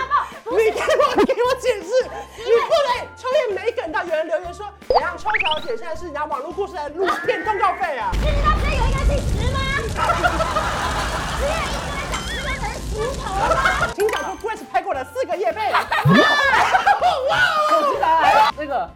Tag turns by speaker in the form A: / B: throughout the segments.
A: 哎写下来是拿网络故事来录骗通告费 啊！
B: 知道这有一个人姓石吗？只有一个人长石头，可是石头吗？
A: 请讲出 Grace 拍过的四个夜配。手机拿来，那个，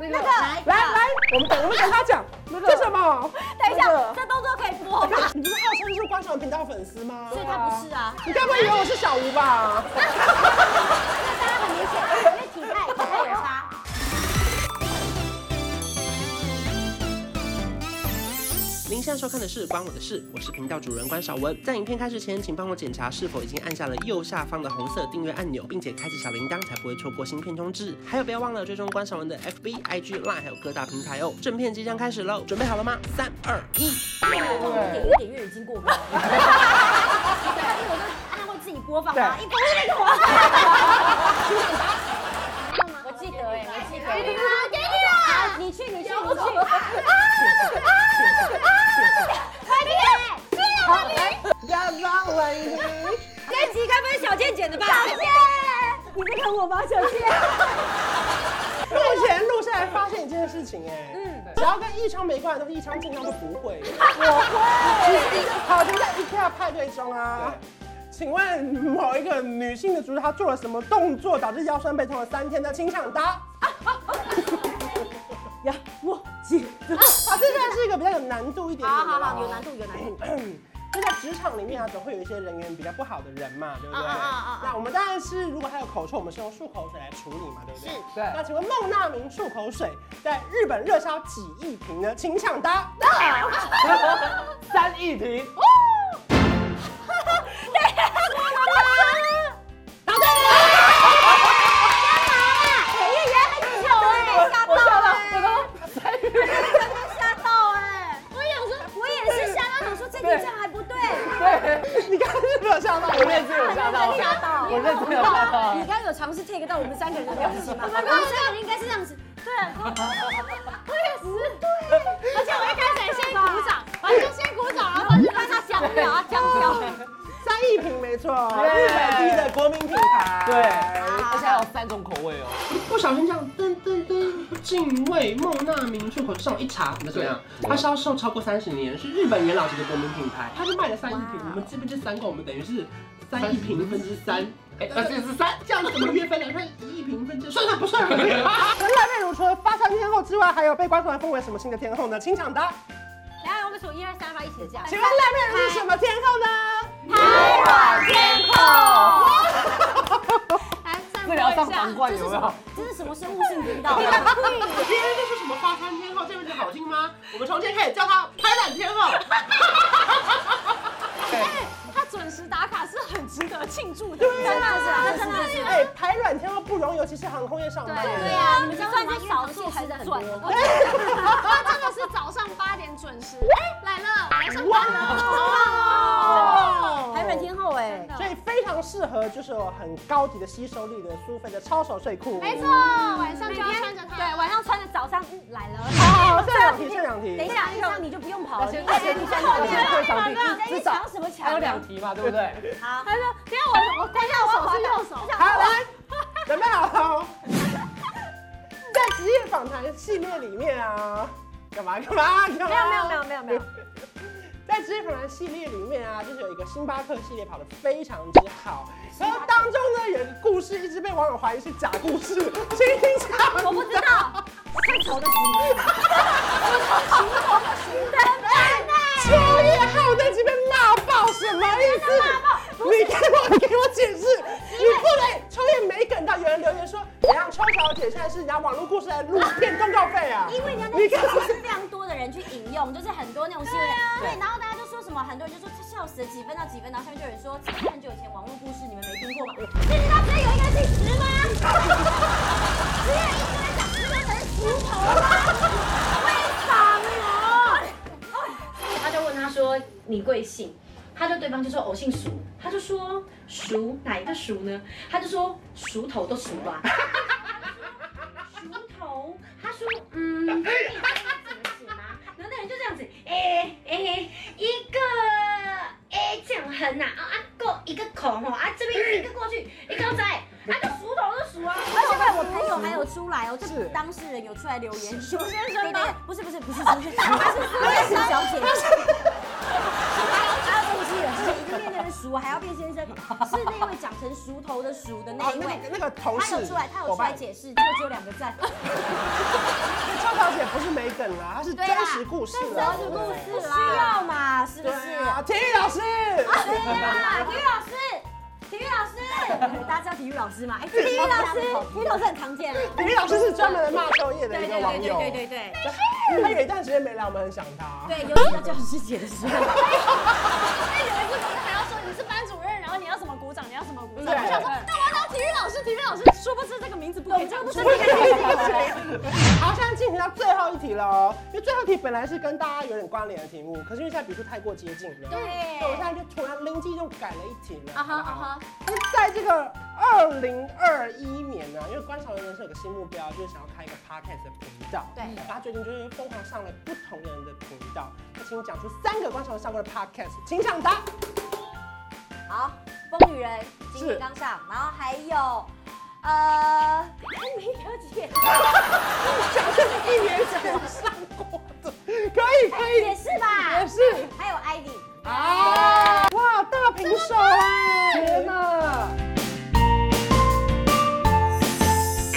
A: 那个，
B: 来
A: 来来，我们等我们等他讲，这什 么？
B: 等一下，这动作可以播吗？
A: 你不是号称是观赏频道粉丝吗？
B: 所以他不是啊，
A: 你该不会以为我是小吴吧？
B: 这当然很明显，因为体态体态有差。
C: 您现在收看的是《关我的事》，我是频道主人关少文。在影片开始前，请帮我检查是否已经按下了右下方的红色订阅按钮，并且开启小铃铛，才不会错过新片通知。还有，不要忘了追踪关少文的 FB、IG、Line，还有各大平台哦。正片即将开始喽，准备好了吗？三、二、一。
B: 点有点粤语经过歌。他会自己播放吗？一播就给我。我记得哎，我记得。给你了，给你了。你去，你去，你去。啊快点！快点！
A: 要抓我一
B: 这集该不是小健剪的吧？小健，你在看我吗？小健。
A: 目前录下来发现一件事情，哎，嗯，只要跟艺昌没关的东西，艺昌尽量都不会。我会。好，就在 IKEA 派对中啊。请问某一个女性的主角，她做了什么动作导致腰酸背痛了三天的？请抢 答。
D: 呀，我记得
A: 啊，这算是一个比较有难度一点点
B: 好
A: 的
B: 好
A: 啦
B: 好，有难度，有难 度。
A: 就在职场里面啊，总会有一些人缘比较不好的人嘛，对不对？
B: 啊啊啊啊
A: 那我们当然是，如果他有口臭，我们是用漱口水来处理嘛，对不对？
B: 是
D: 对
A: 那请问孟娜明漱口水在日本热销几亿瓶呢？请抢 答。
D: 三亿题，
B: 答对了！演艺员很久哎，吓到哎！
D: 三亿
B: 真的吓到哎！我想说，我也是吓到，想说这题这样还不对，
D: 对，
A: 你刚刚是不是有吓到
D: 我认真有吓到，我认真有吓到，
B: 你刚刚有尝试 take 到我们三个人的表情吗？我们刚三个人应该是这样子，对，我也是，对，而且我一开始先鼓掌，反正先鼓掌，然后就让他讲掉，他讲掉。
A: 三亿瓶没错，
D: 对
A: 日本第一的国民品牌。
D: 对，而且还有三种口味哦，
C: 不小心这样噔噔噔，敬畏孟娜明漱口上一查，那怎么样？它销售超过三十年，是日本元老级的国民品牌，它是卖了三亿瓶，我们这边这三个，我们等于是三亿瓶分之三。哎，而且是三，这样怎么约分两算一亿瓶分之，算算不算？啊
A: 那赖佩如 除了发三天后之外，还有被观众来封为什么新的天后呢？请抢答。
B: 来，我们数一二三，吧，一起讲。
A: 请问赖佩如是什么天后呢？
B: 开往天空。来，散播一
D: 治疗
B: 下。
D: 上皇冠有没有？
B: 这是什么生物性频道？啊
C: 别人都说什么花山天后，这名字好听吗？我们从今天开始叫她拍烂天后。
B: 哎，他准时打卡是很值得庆祝的，真的是，他真的是。
A: 哎，排卵天后不容易，尤其是航空业上班的人。
E: 对呀、啊，你们这样算是少数还是很多。他真的是早上八点准时，哎，来了，来上班了，好
A: 哦
B: 台软天后哎，
A: 所以非常适合就是有很高级的吸收力的苏菲的超手睡裤。
E: 没错，晚上就要穿着它。
B: 对，晚上穿着早上嗯来了。
A: 好，哦这两题，这两
B: 等一
A: 题。
B: 下，一上你就不用跑了，
D: 先
B: 你一直
D: 先
B: 你
D: 先
B: 跑
D: 先退场地
B: 你
D: 至
B: 在
D: 少
B: 抢什么抢？
D: 还有两题嘛，对不对？
B: 好，
E: 他说：“等一下我我关右手是右手，
A: 好，来，准备好了哦。在职业访谈系列里面啊，干嘛干嘛？没有
B: 没有没有没有没有没有，
A: 在职业访谈系列里面啊，就是有一个星巴克系列跑得非常之好，然后当中呢有一个故事一直被网友怀疑是假故事， 请听下。
B: 我不知道，我看头的题，我看头的
A: 秋 叶浩在这边骂爆，什么意思？你给我给我解释，你不能秋叶没梗到，有人留言说，你让秋小姐现在是拿网络故事来录骗通告费啊？
B: 因为你要
A: 你
B: 那
A: 看
B: 个是非常多的人去引用，就是很多那种新闻，
A: 啊
B: 对，然后大家就说什么，很多人就说这笑死了几分到几分，然后下面就有人说这是很久以前网络故事，你们没听过吗？这知道这有一个人姓石吗？只有一个人长石头，可是石头 吗？为什么？
F: 他就问他说你贵姓？他就对方就说我姓熟，他就说熟哪一个熟呢？他就说熟头都熟吧。熟头，他说嗯，你知道要怎么写吗？然后那人就这样子，哎、哎、一个哎、这样横呐啊啊够一个孔哦，啊这边一个过去，一个在，啊就数头就数啊，
B: 而且我朋友还有出来哦，这当事人有出来留言，
E: 是先生
B: 对对
E: 吗
B: 对，不是不是不是不 是，他是苏先生小姐。还要生气了，就是已经变成熟，啊还要变先生，是那位讲成熟头的熟的那
A: 哦
B: 一
A: 那
B: 位
A: 个，那个同事
B: 他有出来，他有
A: 伙
B: 出来
A: 伴
B: 解释，就只有两个赞。
A: 超小姐不是没梗啦，她是
B: 啊
A: 真实故事
B: 真
A: 啦。
B: 实故事啦，需要嘛？是不
A: 对
B: 是？
A: 啊，体育老师，
B: 对啊呀，体育老师，体育老师，大家知道体育老师吗？哎，体育老师，体育老师很常见啊。
A: 体育老师是专门来骂宵夜的一个网友。
B: 对对对对对
A: 他有一段时间没来，我们很想他。
B: 对，尤其到教师节的时候。
E: 那有一次不是还要说你是班主任，然后你要什么鼓掌，你要什么鼓掌？
A: 对
E: 我想说，但我要当体育老师，体育老师，殊不知这个名字不可以叫，不是
A: 好，现在进行到最后一题了哦，因为最后一题本来是跟大家有点关联的题目，可是因为现在比数太过接近了，所以我现在就突然灵机一动改了一题了。
E: 啊哈
A: 好
E: 啊
A: 不好
E: 哈，
A: 就是在这个二零二一年呢、因为观察人人生有个新目标，就是想要开一个 podcast 的频道。
E: 对
A: 然后他最近就是疯狂上了不同人的频道。那请你讲出三个观察人上过的 podcast，请抢答。
B: 好，疯女人今
A: 是
B: 天刚上，然后还有
E: 嗯
B: 呃，没了 解，
A: 讲这是一年前上过的，可以可以，
B: 也是吧
A: 也？是
B: 还有 ID，
A: 啊！哇，大平手哎！天哪！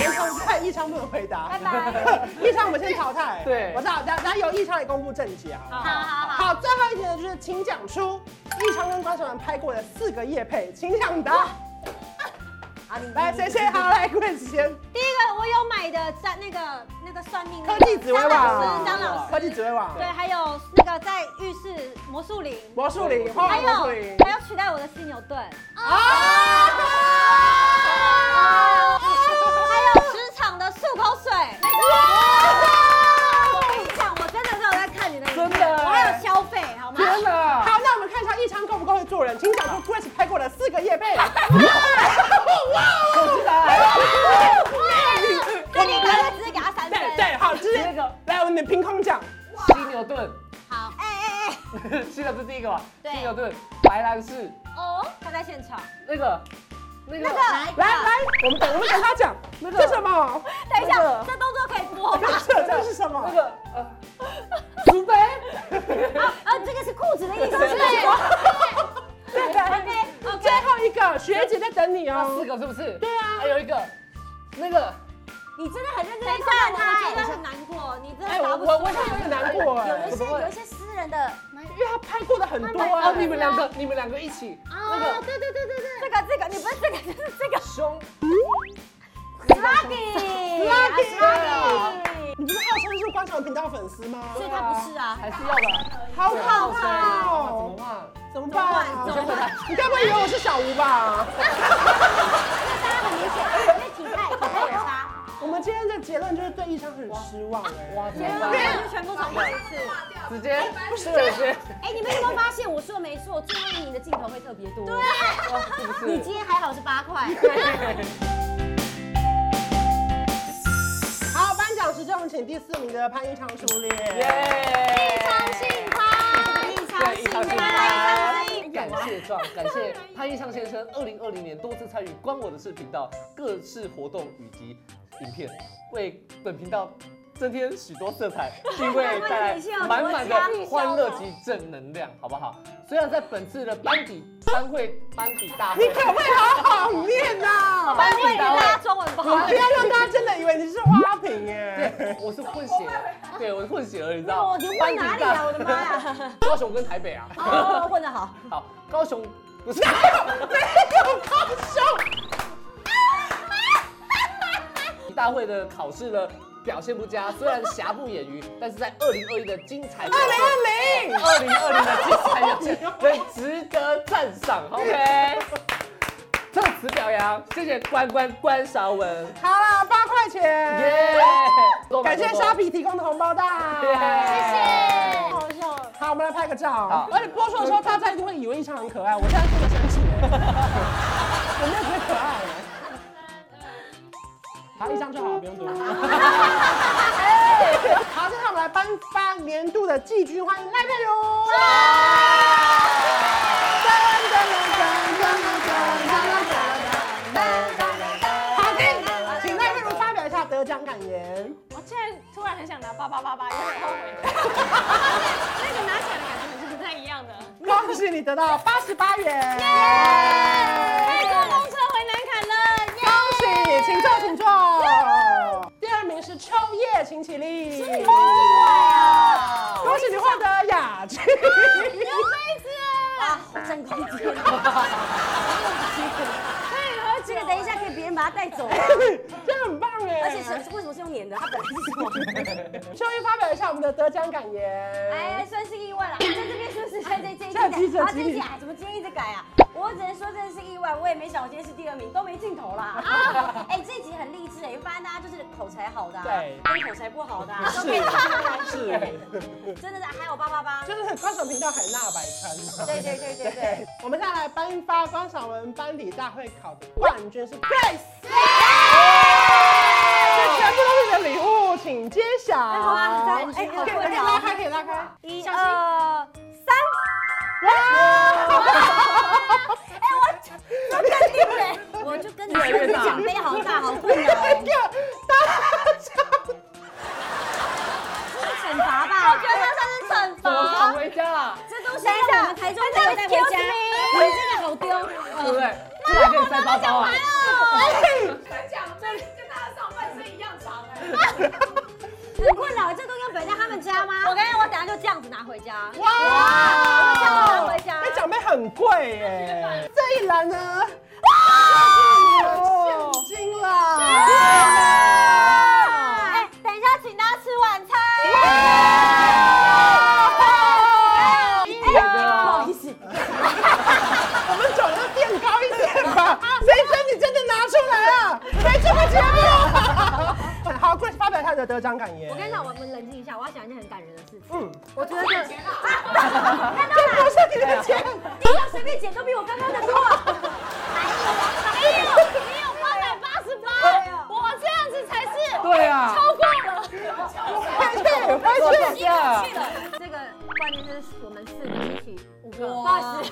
A: 一昌看一昌不能回答，拜拜。一昌我们先淘汰，
D: 对
A: 我知道，等下等下由一昌来公布正解好了。
E: 好好好，
A: 好，最后一题呢，就是请讲出一昌跟关晓雯拍过的四个夜配，请抢答。
B: 好，你
A: 来，谁先好？来，Grace 先。
E: 第一个我有买的在那个那个算命那
A: 科
E: 个
A: 技紫薇网，
E: 张老师，
A: 科技紫薇网，
E: 对，还有那个在浴室魔术林，
A: 魔术林，
E: 还
A: 花
E: 有
A: 魔术林。哦
E: 还有取代我的犀牛盾，
A: 啊！
E: 还有职场的漱口水，没错。我跟你讲，我真的是有在看你的，
A: 真的
E: 我还有消费，好吗？
A: 天哪！好，那我们看一下一昌够不够会做人，请讲出 Grace 拍过的四个夜配。哇！手机拿来。
B: 那你刚才直接给他三分。
A: 对对，好，直接来，我们凭空讲。
D: 犀牛盾，
E: 好，
B: 哎哎哎，
D: 犀牛是第一个吧？
B: 对
D: 犀牛盾，白兰氏
E: 哦，
B: 他在现场。
D: 那个那个
B: 来
A: 来来，我们等我们等他讲。这什么？
B: 等一下，这动作可以播吗？
A: 这这是什
D: 那
A: 么？
D: 个呃，苏菲，
B: 啊，这个是裤子的意思。
A: 对对。最后一个学姐在等你
D: 那四
A: 哦。
D: 个哎是不是？
A: 对啊
D: 还有一个那个，
B: 你真的很认真
E: 等
B: 在
E: 一
B: 看
E: 下，
B: 待
E: 我
B: 他
E: 觉得。很难过，你真
A: 哎，
E: 的
A: 我
E: 答不
A: 我
E: 出
A: 我现在有点难过哎，
B: 有一些有一些私人的，
A: 因为他拍过的很多啊
D: 哦，。你们两个你们两个一起，那
E: 啊！
D: 个
E: 对对对对对，
B: 这个这个，你不是这个，就是这个
D: 胸
B: Sluggy。
A: 你不是号称是观赏频道粉丝吗？
B: 所以他不是啊。
D: 还是要的，
A: 好可
D: 哇
A: 怕
D: 怎么
A: 哦！
D: 办？
A: 怎么办啊？
B: 怎么办
A: 你该不会以为我是小吴吧？
B: 大家很明显，因为体态体态有差。
A: 我们今天的结论就是对异常很失望哎。
D: 哇，怎么
E: 没
D: 办？
E: 有就全部重播一次。
D: 直接对是
B: 哎，你们有没有发现我说的没错？最后一名的镜头会特别多。对，
D: 哦是不
B: 你
D: 是？
B: 今天还好是八块。
A: 好，颁奖时间，请第四名的潘一常出列。
D: 耶！
E: 张信宽，
B: 一
D: 对，一场
B: 心
D: 先
B: 拍，
D: 生，感谢状，感谢潘一畅先生，二零二零年多次参与关我的事频道各式活动以及影片，为本频道增添许多色彩，并为带来满满的欢乐及正能量，好不好？虽然在本次的班底班会班底大
A: 你
D: 会，
A: 可不可以好好念呐？
E: 班会大家中文不
A: 你
E: 好。
A: 不要让大家真的以为你是花瓶哎。
D: 对，我是混血儿，对我是混血儿，你知道？
B: 我你问哪里啊？我的妈！呀！
D: 高雄跟台北啊，
B: 哦，混得好。
D: 好，高雄不是。大会的考试呢表现不佳，虽然瑕不掩瑜，但是在二零二一的精彩表现，
A: 二零二零，
D: 二零二零的精彩表现，所以值得赞赏。OK，特此表扬，谢谢关关关韶文，
A: 好啦，八块
D: 耶、
A: 钱，感谢
D: 沙
A: 虾皮提供的红包袋。
D: 谢
E: 好笑了。
A: 好，我们来拍个照
D: 好。
A: 而且播出的时候，大家一定会以为异常很可爱。我现在真的生气了， 有没有觉得可爱？好，一张就好，不用多。 好，现在我们来颁发年度的季军，欢迎赖佩如。噔噔噔噔噔 以得到八十八元。
B: 哎，坐公车回南坎了，耶！
A: 恭喜，请坐，请坐。第二名是秋叶秦绮丽，恭喜你获得亚 军。
B: 哇，好真空间。这个等一下可以别人把它带 走啊，
A: 这很棒哎！
B: 而且是为什么是用撵的？它本来就是这样
A: 秋叶发表一下我们的得奖感言。
B: 哎，算是意外了，在这边说是算这这一
A: 这集
B: 题的，
A: 这
B: 啊，
A: 集
B: 这一题哎，怎么今天一直改啊？我只能说真的是意外，我也没想我今天是第二名，都没镜头 啦。啊，哎，这一集很励志哎，发现大家就是口才好的啊，
A: 对
B: 跟口才不好的啊都变 成这样
D: 是
B: 真的是还有八八八，
A: 就是观赏频道海纳百川嘛。
B: 对对对 对对。
A: 我们再来颁发观赏文班里大会考的冠军是 Grace，这全部都是你的礼物，请揭晓。
B: 好啊好啊
A: 哎，可以
B: 好
A: 可以拉开，可以拉开。
B: 一二哎三，哇！哎，我我跟 定嘞，我就跟你说，这奖杯好大，好困扰哦，这是惩罚吧？我觉得这算是惩罚
D: 我想。回家啊了，
B: 这东西让我们台
D: 哎
B: 中朋友带回家，你这个好丢。呃哎
D: 对不对？这两天塞包包啊，
B: 很困扰，这东西要摆在他们家吗？我跟你我等下就这样子拿回家。
A: 哇！
B: 这样子拿回家
A: 那奖杯很贵耶，这一栏呢？哇！现金啦！
B: 哎，等一下，请大家吃晚餐。不好意思，
A: 我们总要垫高一点吧。谁准你真的拿出来啊？没这个节目。好，Grace 发表一下你的得奖感言。
E: 我跟你讲，我们冷静一下，我要讲一件很感人的事情。
A: 嗯，
E: 我觉得这
B: 看到
A: 这
B: 了
A: 不。是你的钱，
B: 你要随便剪都比我刚刚的多。还有，还有，八百八十八，我这样子才是
D: 对啊，
B: 超过了。
A: 回去回去。
B: 去了，
E: 这个冠军就是我们四个一起五个，不好意
B: 八
E: 思
B: 十，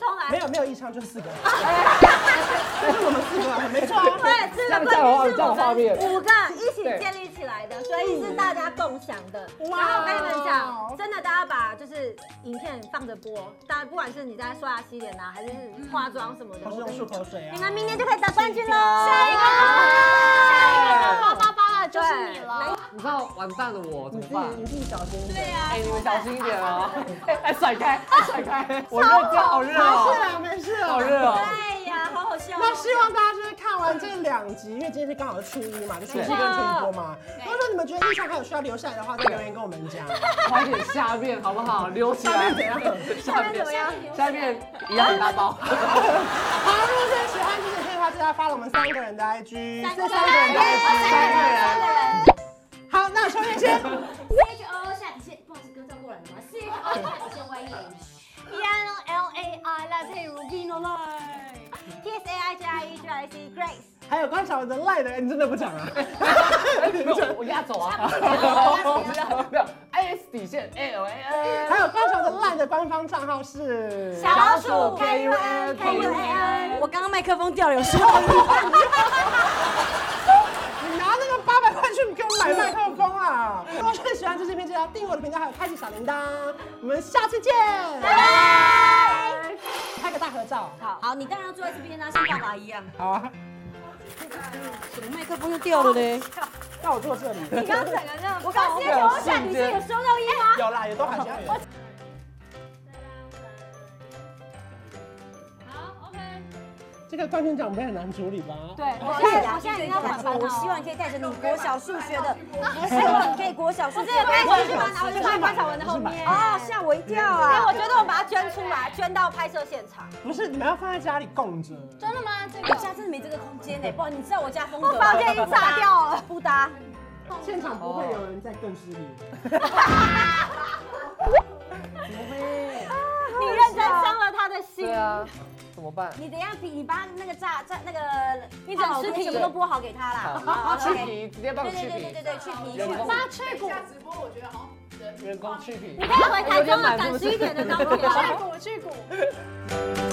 B: 重
A: 没
B: 来。
A: 有没有异常，就四个，哎就是我们四个，没错啊。
B: 对，这个冠军是我们五个一起建立起来的，所以是大家共享的。
A: 哇
E: 然后我跟你们讲，真的，大家把就是影片放着播，大家不管是你在刷牙、洗脸啊，还是化妆什么的，
A: 我
E: 我
A: 是用
E: 跟
A: 漱口水啊
B: 你。们明年就可以得冠军了。
E: 下
D: 抱
E: 八八了就
B: 就是你了。
D: 你知道完蛋了我怎么办？
B: 对呀
D: 哎，你们小心一点哦！哎哎，甩开，哎甩开！我热，这好热
A: 没事
D: 哦，
A: 啊，没事
D: 好
A: 啊。
D: 热哦！
B: 对呀，好好笑。
A: 那希望大家就是看完这两集，因为今天是刚好是初一嘛，就初一跟初一播嘛。如果说你们觉得印象还有需要留下来的话，再留言跟我们讲。
D: 快点下面好不好？溜起来！下面怎么样？下面一样一大包。
A: 好，如果真的喜欢这节可以的话，记得发了我们三个人的 IG，这三个人的
B: 三个
A: IG，
B: 人，三个人。
A: 好，那秋叶先，
B: C H O 下底线，不好意思，刚照过来了吗？C H O 下底线 Y E P I N L A I L A T R U B I N O L I T S A I J I E J I C Grace。
A: 还有关晓雯的赖的，你真的不讲啊？
D: 没有，我压走啊！我是压走，没有。I S 底线 A L A N。
A: 还有关晓雯的赖的官方账号是
B: 小老鼠
D: K U N
B: K U N。我刚刚麦克风掉了，有时
A: 你拿那个八百块去给我买麦克风啊！如果说喜欢这期片，记得要订阅我的频道，还有开启小铃铛。我们下次见，拜拜！拍个大合照，
B: 好，好，你当然要坐在这边啦，像爸爸一样。
A: 好啊！
B: 怎么麦克风又掉了嘞？
A: 那我坐这里，
B: 你刚整个这样，我刚 C H O 下底线有收到音吗？
A: 有啦，也都好像有。
E: 好，OK。
A: 这个冠军奖杯很难处理吧？
E: 对，
B: 我
E: 我
B: 现
E: 现在我现在已经
B: 在我现在已经要
E: 要
B: 反
E: 反
B: 叛
E: 叛
B: 了。我
E: 了。
B: 希望你可以带着你国小数学的，我希望你可以国小数学的。
E: 我去把它拿回去放在关晓雯的后面。
B: 哦，吓我一跳
E: 哎，
B: 啊！
E: 我觉得我把它捐出来，捐到拍摄现场。
A: 不是，你们要放在家里供着。
E: 真的吗？这
B: 我家真的没这个空间呢，不然你知道我家风格吗。
E: 我房间已经炸掉了，
B: 不搭。
A: 现场不会有人在更失礼。
E: 你认真伤了他的心
D: 对。啊，怎么办？
B: 啊你等一下皮，你把那个炸炸那个，你
E: 整
B: 好
E: 吃
B: 东
E: 皮
B: 西什么都剥好给他啦。
D: 好，去
B: OK
D: 皮，直接帮
B: 对
D: 你
B: 对
D: 去
B: 对对
D: 皮
B: 对，对，去皮去
D: 员
B: 皮。
D: 工
E: 妈吃骨，
D: 员工去皮。
E: 你可以回台
D: 有点
E: 中
D: 满
E: 了，赶啊
D: 是不是
E: 十一点的高铁了。
D: 去
E: 骨去骨。